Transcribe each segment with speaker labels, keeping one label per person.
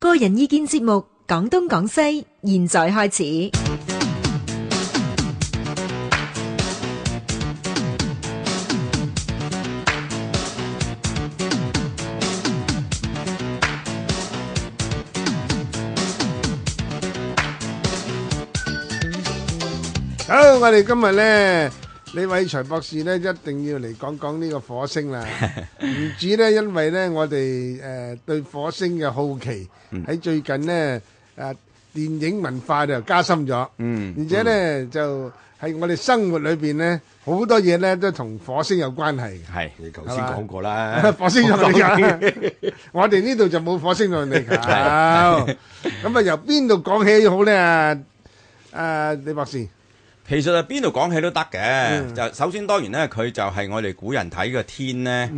Speaker 1: 個人意見節目《講東講西》，現在開始。
Speaker 2: 好，我哋今日咧，李偉才博士咧一定要嚟講講呢個火星 啦。唔止咧，因為咧我哋誒、呃、對火星嘅好奇喺最近咧誒、呃、電影文化就加深咗，
Speaker 3: 嗯
Speaker 2: 而且咧就喺我哋生活裏邊咧好多嘢咧都同火星有關 係嘅。
Speaker 3: 係，你頭先
Speaker 2: 係嘛，
Speaker 3: 講過啦
Speaker 2: 火星撞地球， 我哋呢度就冇火星撞地球。 咁啊，由邊度講起好咧？啊啊，李博士，
Speaker 3: 其實啊，邊度講起都得嘅。就首先當然咧，佢就係我哋古人睇嘅天咧，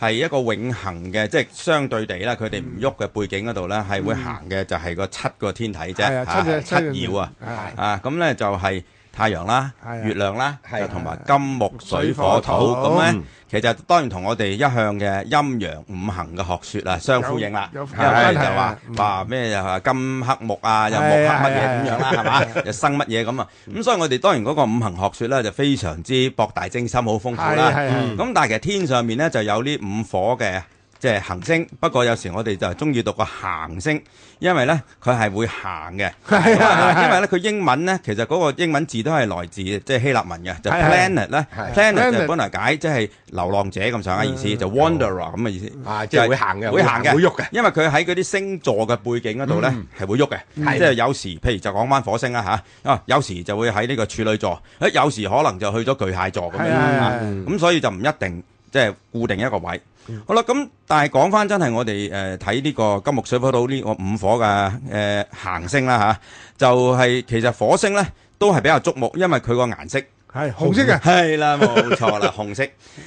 Speaker 3: 係一個永恆嘅，即係相對地啦，佢哋唔喐嘅背景嗰度咧，係會行嘅就係個七個天體
Speaker 2: 係啊七隻
Speaker 3: 啫，嗯啊
Speaker 2: 七隻
Speaker 3: 七曜啊，
Speaker 2: 係
Speaker 3: 啊咁咧就係太陽啦
Speaker 2: 係啊、
Speaker 3: 月亮啦，
Speaker 2: 係
Speaker 3: 就同埋金木水
Speaker 2: 水火
Speaker 3: 火
Speaker 2: 土
Speaker 3: 土咁咧
Speaker 2: 嗯，
Speaker 3: 其實當然同我哋一向嘅陰陽五行嘅學説啊相呼應啦，
Speaker 2: 有有
Speaker 3: 因為
Speaker 2: 關係
Speaker 3: 就
Speaker 2: 啊
Speaker 3: 話
Speaker 2: 嗯
Speaker 3: 話咩又話金克木啊，又木
Speaker 2: 係啊
Speaker 3: 克乜
Speaker 2: 係
Speaker 3: 嘢
Speaker 2: 啊
Speaker 3: 咁樣啦，係嘛？又生乜嘢咁啊？咁所以我哋當然嗰個五行學説咧就非常之博大精深，好豐富啦。
Speaker 2: 係係係
Speaker 3: 咁但係其實天上面咧就有呢五火嘅。即係行星，不過有時我哋就中意讀個行星，因為咧佢係會行嘅，
Speaker 2: 係啊
Speaker 3: 因為咧佢英文咧其實嗰個英文字都係來自即係希臘文嘅，就
Speaker 2: 係係
Speaker 3: planet 咧
Speaker 4: 係
Speaker 3: ，planet
Speaker 2: planet
Speaker 3: 就本來解即係流浪者咁上下意思，就 wanderer 咁嘅意思。
Speaker 4: 啊，即係會行嘅，
Speaker 3: 會行嘅，
Speaker 4: 會喐嘅，
Speaker 3: 因為佢喺嗰啲星座嘅背景嗰度咧係會喐嘅，
Speaker 4: 係
Speaker 3: 即係有時譬如就講翻火星啦嚇，啊有時就會喺呢個處女座，誒有時可能就去咗巨蟹座咁樣
Speaker 4: Ừ.
Speaker 2: 係啊
Speaker 3: 啊，咁所以就唔一定即係固定一個位。好啦，咁但係講翻真係我哋誒睇呢個金木水火土呢個五火嘅誒行星啦嚇，就係其實火星咧都係比較觸目，因為佢個顏色。
Speaker 2: 係紅色嘅。
Speaker 3: 係啦，冇錯啦， 紅色。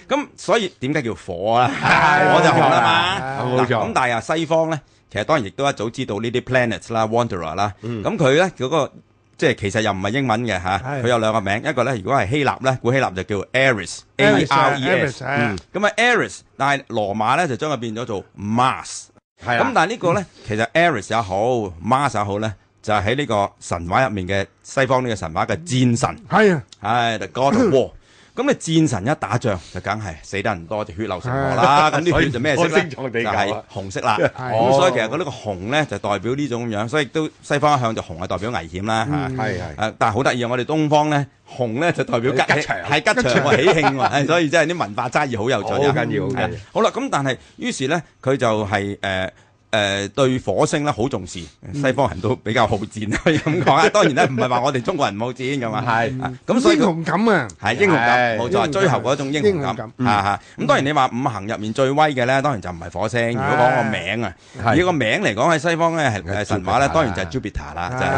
Speaker 3: 咁所以點解叫火啊？
Speaker 2: 係
Speaker 3: 火就
Speaker 2: à.
Speaker 3: 紅啦嘛。
Speaker 4: 冇錯
Speaker 3: 嗱 咁但係啊，西方咧，其實當然亦都一早知道呢啲 planets 啦、wanderer 啦。咁佢咧嗰個即係其實又唔係英文嘅嚇，
Speaker 2: 係
Speaker 3: 佢有兩個名，一個咧如果係希臘咧，古希臘就叫 Ares，A
Speaker 2: Ares，
Speaker 3: R E
Speaker 2: Ares，
Speaker 3: S。
Speaker 2: 係啊
Speaker 3: 嗯咁啊 Ares，但係羅馬咧就將佢變咗做 Mars。
Speaker 4: 係
Speaker 3: 咁
Speaker 4: 啦，
Speaker 3: 但係呢個咧，其實 Ares 也好，Mars 也好咧，就係喺呢個神話入面嘅西方呢個神話嘅戰神。
Speaker 2: 係啊，
Speaker 3: 唉，the God of War。咁你戰神一打仗就梗係死得人多，就血流成河 啦。咁啲血就咩色
Speaker 4: 所
Speaker 3: 咧？
Speaker 4: 以火星
Speaker 3: 就
Speaker 4: 撞地球啊
Speaker 3: 係紅色啦。
Speaker 2: 係
Speaker 3: 咁所以其實佢呢個紅咧就代表呢種咁樣，所以都西方一向就紅係代表危險啦嚇。
Speaker 4: 係係
Speaker 3: 誒，但係好得意啊！我哋東方咧紅咧就代表吉
Speaker 4: 吉祥
Speaker 3: 係吉祥喎，喜慶喎。係所以真係啲文化差異好有趣
Speaker 4: 好
Speaker 3: 啊！
Speaker 4: 緊要，好
Speaker 3: 係
Speaker 4: 緊
Speaker 3: 好啦，咁但係於是咧，佢就係誒誒對火星咧好重視，西方人都比較好戰，可以咁講啊。當然咧，唔係話我哋中國人冇戰噶嘛，
Speaker 4: 係
Speaker 3: 啊咁
Speaker 2: 咁
Speaker 3: 所
Speaker 2: 所
Speaker 3: 以
Speaker 2: 以
Speaker 3: 佢
Speaker 2: 紅感啊，
Speaker 3: 係英雄感，
Speaker 4: 係
Speaker 3: 冇
Speaker 2: 英雄
Speaker 3: 錯，
Speaker 2: 感
Speaker 3: 最後嗰種英
Speaker 2: 英
Speaker 3: 雄
Speaker 2: 雄
Speaker 3: 感
Speaker 2: 感
Speaker 3: 嚇嚇。咁當然你話五行入面最威嘅咧，當然就唔係火星。如果講個名啊，
Speaker 4: 係
Speaker 3: 以個名嚟講喺西方咧係誒神話咧，
Speaker 4: Jupiter
Speaker 3: 當然就係 Jupiter 啦，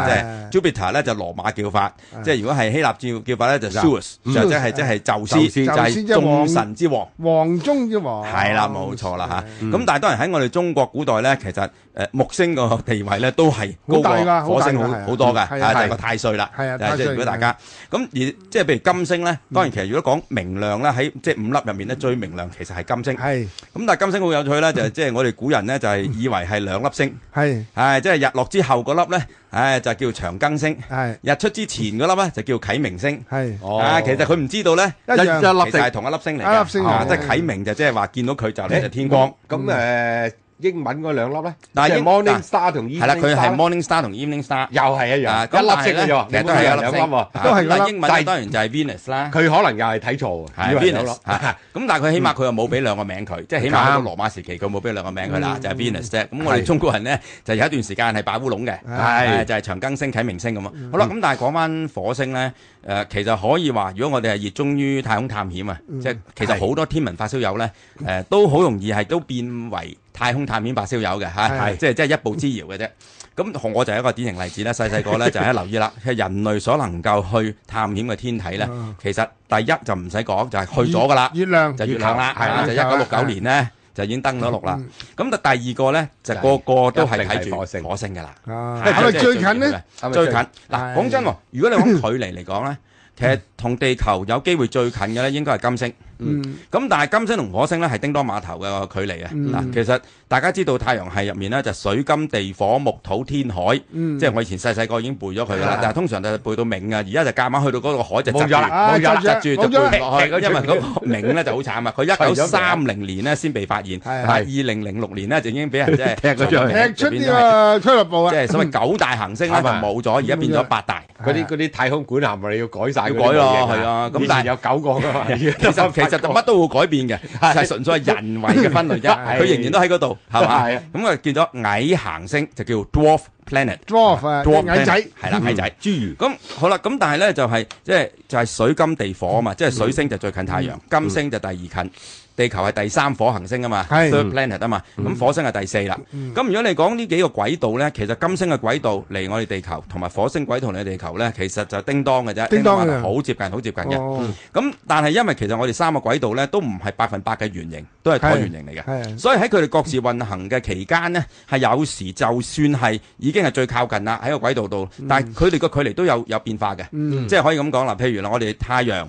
Speaker 2: 係
Speaker 3: 就係即係 Jupiter 咧就羅馬叫法，即係如果係希臘叫叫法咧就 Zeus，
Speaker 2: 啊嗯
Speaker 3: 就即係即係宙斯，
Speaker 4: 宙斯
Speaker 3: 就
Speaker 2: 宙斯
Speaker 3: 係
Speaker 2: 即係王
Speaker 3: 眾神之王。
Speaker 2: 黃中之黃。
Speaker 3: 係啦，冇錯啦
Speaker 2: 嗯
Speaker 3: 嚇。咁但係當然喺我哋中國古代咧，其實誒木星個地位咧都係高
Speaker 2: 好大㗎
Speaker 3: 過火星
Speaker 2: 好
Speaker 3: 好
Speaker 2: 大㗎係啊
Speaker 3: 好多㗎，
Speaker 2: 係啊
Speaker 3: 係就係
Speaker 2: 係
Speaker 3: 個太歲啦。
Speaker 2: 係啊嗯
Speaker 3: 即係如
Speaker 2: 太歲
Speaker 3: 果大家咁而即係譬如金星咧，當然其實如果講明亮咧，喺即係五粒入
Speaker 2: 嗯
Speaker 3: 面咧最明亮其實係金星。咁
Speaker 2: 係
Speaker 3: 但係金星好有趣咧，就係即係我哋古人咧就係以為係兩粒星，
Speaker 2: 係
Speaker 3: 唉，即係日落之後嗰粒咧，唉就叫長庚星；
Speaker 2: 係
Speaker 3: 日出之前嗰粒咧就叫啟明星。
Speaker 2: 係
Speaker 4: 哦
Speaker 3: 啊，其實佢唔知道咧。
Speaker 2: 一樣
Speaker 4: 一粒
Speaker 3: 其實係
Speaker 4: 星，
Speaker 3: 同一粒星嚟
Speaker 2: 一粒
Speaker 3: 嘅，
Speaker 2: 星嚟
Speaker 3: 啊
Speaker 2: 嘅
Speaker 3: 即係啟明就即係話見到佢就你就天光，
Speaker 4: ờ, 咁誒英文嗰兩粒咧，
Speaker 3: 但係
Speaker 4: 即係
Speaker 3: 英
Speaker 4: Morning Star 同 Evening
Speaker 3: 係啦，佢係
Speaker 4: Star 呢
Speaker 3: morning star 同 evening star，
Speaker 4: 又係一
Speaker 3: 啊
Speaker 4: 樣，
Speaker 3: 咁
Speaker 4: 一粒星嘅
Speaker 3: 但係咧其實
Speaker 4: 啫喎，
Speaker 3: 都係
Speaker 4: 有
Speaker 3: 一粒星
Speaker 4: 兩粒喎，
Speaker 3: 啊
Speaker 2: 都係嗰粒
Speaker 3: 咁但英文
Speaker 4: 但係
Speaker 3: 咧當然就係 Venus 啦，
Speaker 4: 佢可能又係睇錯喎，
Speaker 3: 係
Speaker 4: 以為兩粒
Speaker 3: Venus，啊 咁但係佢起碼佢又冇俾兩個名佢，即係起碼喺到
Speaker 4: 啱
Speaker 3: 羅馬時期佢冇俾兩個名佢啦，就係 Venus 啫。咁我
Speaker 4: 係
Speaker 3: 哋中國人咧就有一段時間係擺烏龍嘅，
Speaker 4: 係
Speaker 3: 誒就係長庚星、啟明星咁啊。好啦，咁但係講翻火星咧，誒其實可以話，如果我哋係熱衷於太空探險啊，即係其實好多天文發燒友咧，誒都好容易係都變為太空探險發燒友嘅嚇，
Speaker 2: 係
Speaker 3: 係即係即係一步之遙嘅啫。咁同我就係一個典型例子啦，細細個咧就係留 意啦，係人類所能夠去探險嘅天體咧
Speaker 2: 嗯，
Speaker 3: 其實第一就唔使講，就係去咗噶啦，
Speaker 2: 月亮
Speaker 3: 就月亮啦，
Speaker 4: 月球
Speaker 3: 係啦，就一
Speaker 2: 月球
Speaker 3: 九
Speaker 2: 啦嗯
Speaker 3: 六九年咧就已經登咗陸啦。咁但第二個咧就
Speaker 4: 就係
Speaker 3: 個個都係
Speaker 4: 一
Speaker 3: 睇
Speaker 4: 定係火
Speaker 3: 住
Speaker 4: 星
Speaker 3: 火星噶啦，
Speaker 2: 啊，
Speaker 3: 係
Speaker 2: 係咪
Speaker 3: 即係
Speaker 2: 最近
Speaker 3: 重要
Speaker 2: 咧？
Speaker 3: 嘅
Speaker 4: 係咪
Speaker 3: 最
Speaker 4: 最
Speaker 3: 近
Speaker 4: 近
Speaker 3: 嗱，
Speaker 2: 係
Speaker 3: 講真喎，如果你講距離嚟講咧，其實同地球有機會最近嘅咧應該係金星，
Speaker 2: 嗯
Speaker 3: 咁但係金星同火星咧係叮當碼頭嘅距離嘅啊
Speaker 2: 嗯
Speaker 3: 嗱，其實大家知道太陽系入面咧就水金地火木土天海，
Speaker 2: 嗯，
Speaker 3: 即係我以前細細個已經背咗佢啦
Speaker 4: 啊，
Speaker 3: 但係通常就背到冥啊，而家就夾硬去到嗰個海就
Speaker 4: 冇
Speaker 3: 窒
Speaker 4: 咗
Speaker 3: 住
Speaker 4: 啦
Speaker 2: 啊，
Speaker 4: 冇咗啦，
Speaker 2: 窒
Speaker 3: 窒住就
Speaker 2: 冇咗啦
Speaker 3: 背落去，因
Speaker 4: 冇咗
Speaker 3: 為
Speaker 4: 啦
Speaker 3: 嗰個冥咧就好慘啊！佢一九三零年咧先被發現，
Speaker 2: 係
Speaker 3: 但係二零零六年咧就已經俾人即係
Speaker 4: 踢咗出去
Speaker 2: 踢出呢
Speaker 3: 變咗係
Speaker 2: 個俱樂部啊，
Speaker 3: 即係所謂九大行星咧
Speaker 4: 啱
Speaker 3: 就
Speaker 4: 啊
Speaker 3: 冇咗，而家變咗八大。
Speaker 4: 嗰啲嗰啲太空管係咪要改晒嗰
Speaker 3: 要
Speaker 4: 啲
Speaker 3: 改咯
Speaker 4: 模型
Speaker 3: 係啊咁
Speaker 4: 以前
Speaker 3: 但係
Speaker 4: 有九個噶嘛，其
Speaker 3: 其實其實就乜都會改變嘅，就係純粹係人為嘅分類啫。
Speaker 4: 係
Speaker 3: 佢仍然都喺嗰度，係嘛？
Speaker 4: 係啊
Speaker 3: 咁啊，見咗矮行星就叫 dwarf planet。
Speaker 2: dwarf 啊，
Speaker 3: dwarf
Speaker 2: 矮仔嗯
Speaker 3: planet，係啦，矮仔。
Speaker 4: 侏儒
Speaker 3: 咁好啦，咁但係咧就係即係就係水金地火啊
Speaker 2: 嗯
Speaker 3: 嘛，即係水星就最近太陽，金星就第二近，地球係第三火行星啊嘛
Speaker 2: 係嗯
Speaker 3: ，third planet 啊嘛，咁火星係第四啦。咁如果你講呢幾個軌道咧，其實金星嘅軌道嚟我哋地球，同埋火星軌道嚟地球咧，其實就叮當嘅啫，
Speaker 2: 叮噹
Speaker 3: 嘅
Speaker 2: 嘅
Speaker 3: 啫好接近，好接近嘅。
Speaker 2: 哦，
Speaker 3: 咁但係因為其實我哋三個軌道咧都唔係百分百嘅圓形，都係橢圓形嚟嘅。
Speaker 2: 係
Speaker 3: 所以喺佢哋各自運行嘅期間呢，係有時就算係已經係最靠近啦，喺個軌道度，但係佢哋個距離都有有變化嘅，
Speaker 2: 嗯
Speaker 3: 即係可以咁講啦。譬如啦，我哋太陽、誒、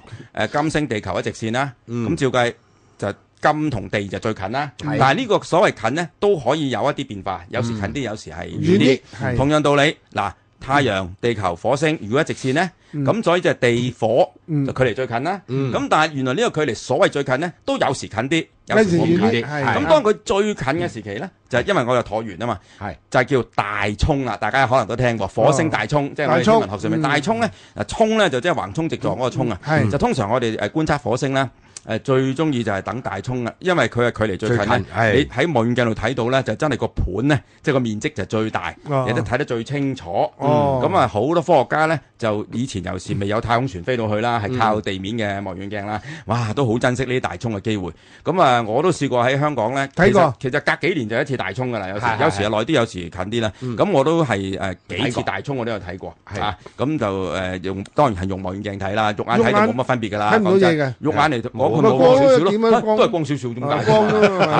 Speaker 3: 金星、地球一直線啦，咁、
Speaker 2: 嗯
Speaker 3: 照計就金同地就最近啦。
Speaker 4: 係
Speaker 3: 但係呢個所謂近呢，都可以有一啲變化，有時近啲，有時係
Speaker 2: 嗯遠
Speaker 3: 遠啲
Speaker 2: 啲。係
Speaker 3: 同樣道理，嗱，太陽、地球、火星如果一直線呢，
Speaker 2: 嗯
Speaker 3: 咁、所以就係地火
Speaker 2: 嗯
Speaker 3: 就距離最近啦。咁、
Speaker 4: 嗯
Speaker 3: 但係原來呢個距離所謂最近呢，都有時近啲，有時
Speaker 2: 有時
Speaker 3: 冇咁
Speaker 2: 遠
Speaker 3: 近
Speaker 2: 啲
Speaker 3: 啲。
Speaker 2: 係
Speaker 3: 咁當佢最近嘅時期 呢，就係、因為我有橢圓啊嘛，
Speaker 4: 係
Speaker 3: 就係叫大衝啦。大家可能都聽過火
Speaker 4: 哦
Speaker 3: 星大衝，即係我
Speaker 2: 大
Speaker 3: 哋
Speaker 2: 衝
Speaker 3: 天文學上面
Speaker 2: 嗯
Speaker 3: 大衝呢，啊衝呢就即係橫衝直撞嗰個衝啊。
Speaker 4: 嗯
Speaker 2: 係
Speaker 3: 就通常我哋誒觀察火星呢，誒最中意就係等大衝啊，因為佢嘅距離最近呢
Speaker 4: 最近係
Speaker 3: 你喺望遠鏡度睇到呢，就真係個盤呢，即係個面積就最大，
Speaker 2: 哦
Speaker 3: 亦都睇得最清楚。
Speaker 2: 哦
Speaker 3: 咁啊，好多科學家呢，就以前有時未有太空船飛到去啦，係靠地面嘅望遠鏡啦，哇，都好珍惜呢啲大衝嘅機會。咁啊，我都試過喺香港呢，
Speaker 2: 睇過
Speaker 3: 其實其實隔幾年就一次大衝㗎啦，有時
Speaker 4: 係係
Speaker 3: 有時就耐啲，有時近啲啦。咁我都係誒幾
Speaker 4: 睇
Speaker 3: 次
Speaker 4: 過
Speaker 3: 大衝我都有睇過，
Speaker 4: 係
Speaker 3: 啊，咁就誒用當然係用望遠鏡睇啦，肉眼睇
Speaker 2: 肉
Speaker 3: 就
Speaker 2: 眼
Speaker 3: 冇乜分別㗎啦，
Speaker 2: 睇唔到
Speaker 3: 講真
Speaker 2: 嘢嘅
Speaker 3: 肉眼嚟我佢冇
Speaker 4: 冇
Speaker 3: 光少少
Speaker 2: 光都點樣
Speaker 3: 咯，
Speaker 2: 光
Speaker 3: 都係光少少點
Speaker 2: 啊
Speaker 3: 解？
Speaker 2: 光啊嘛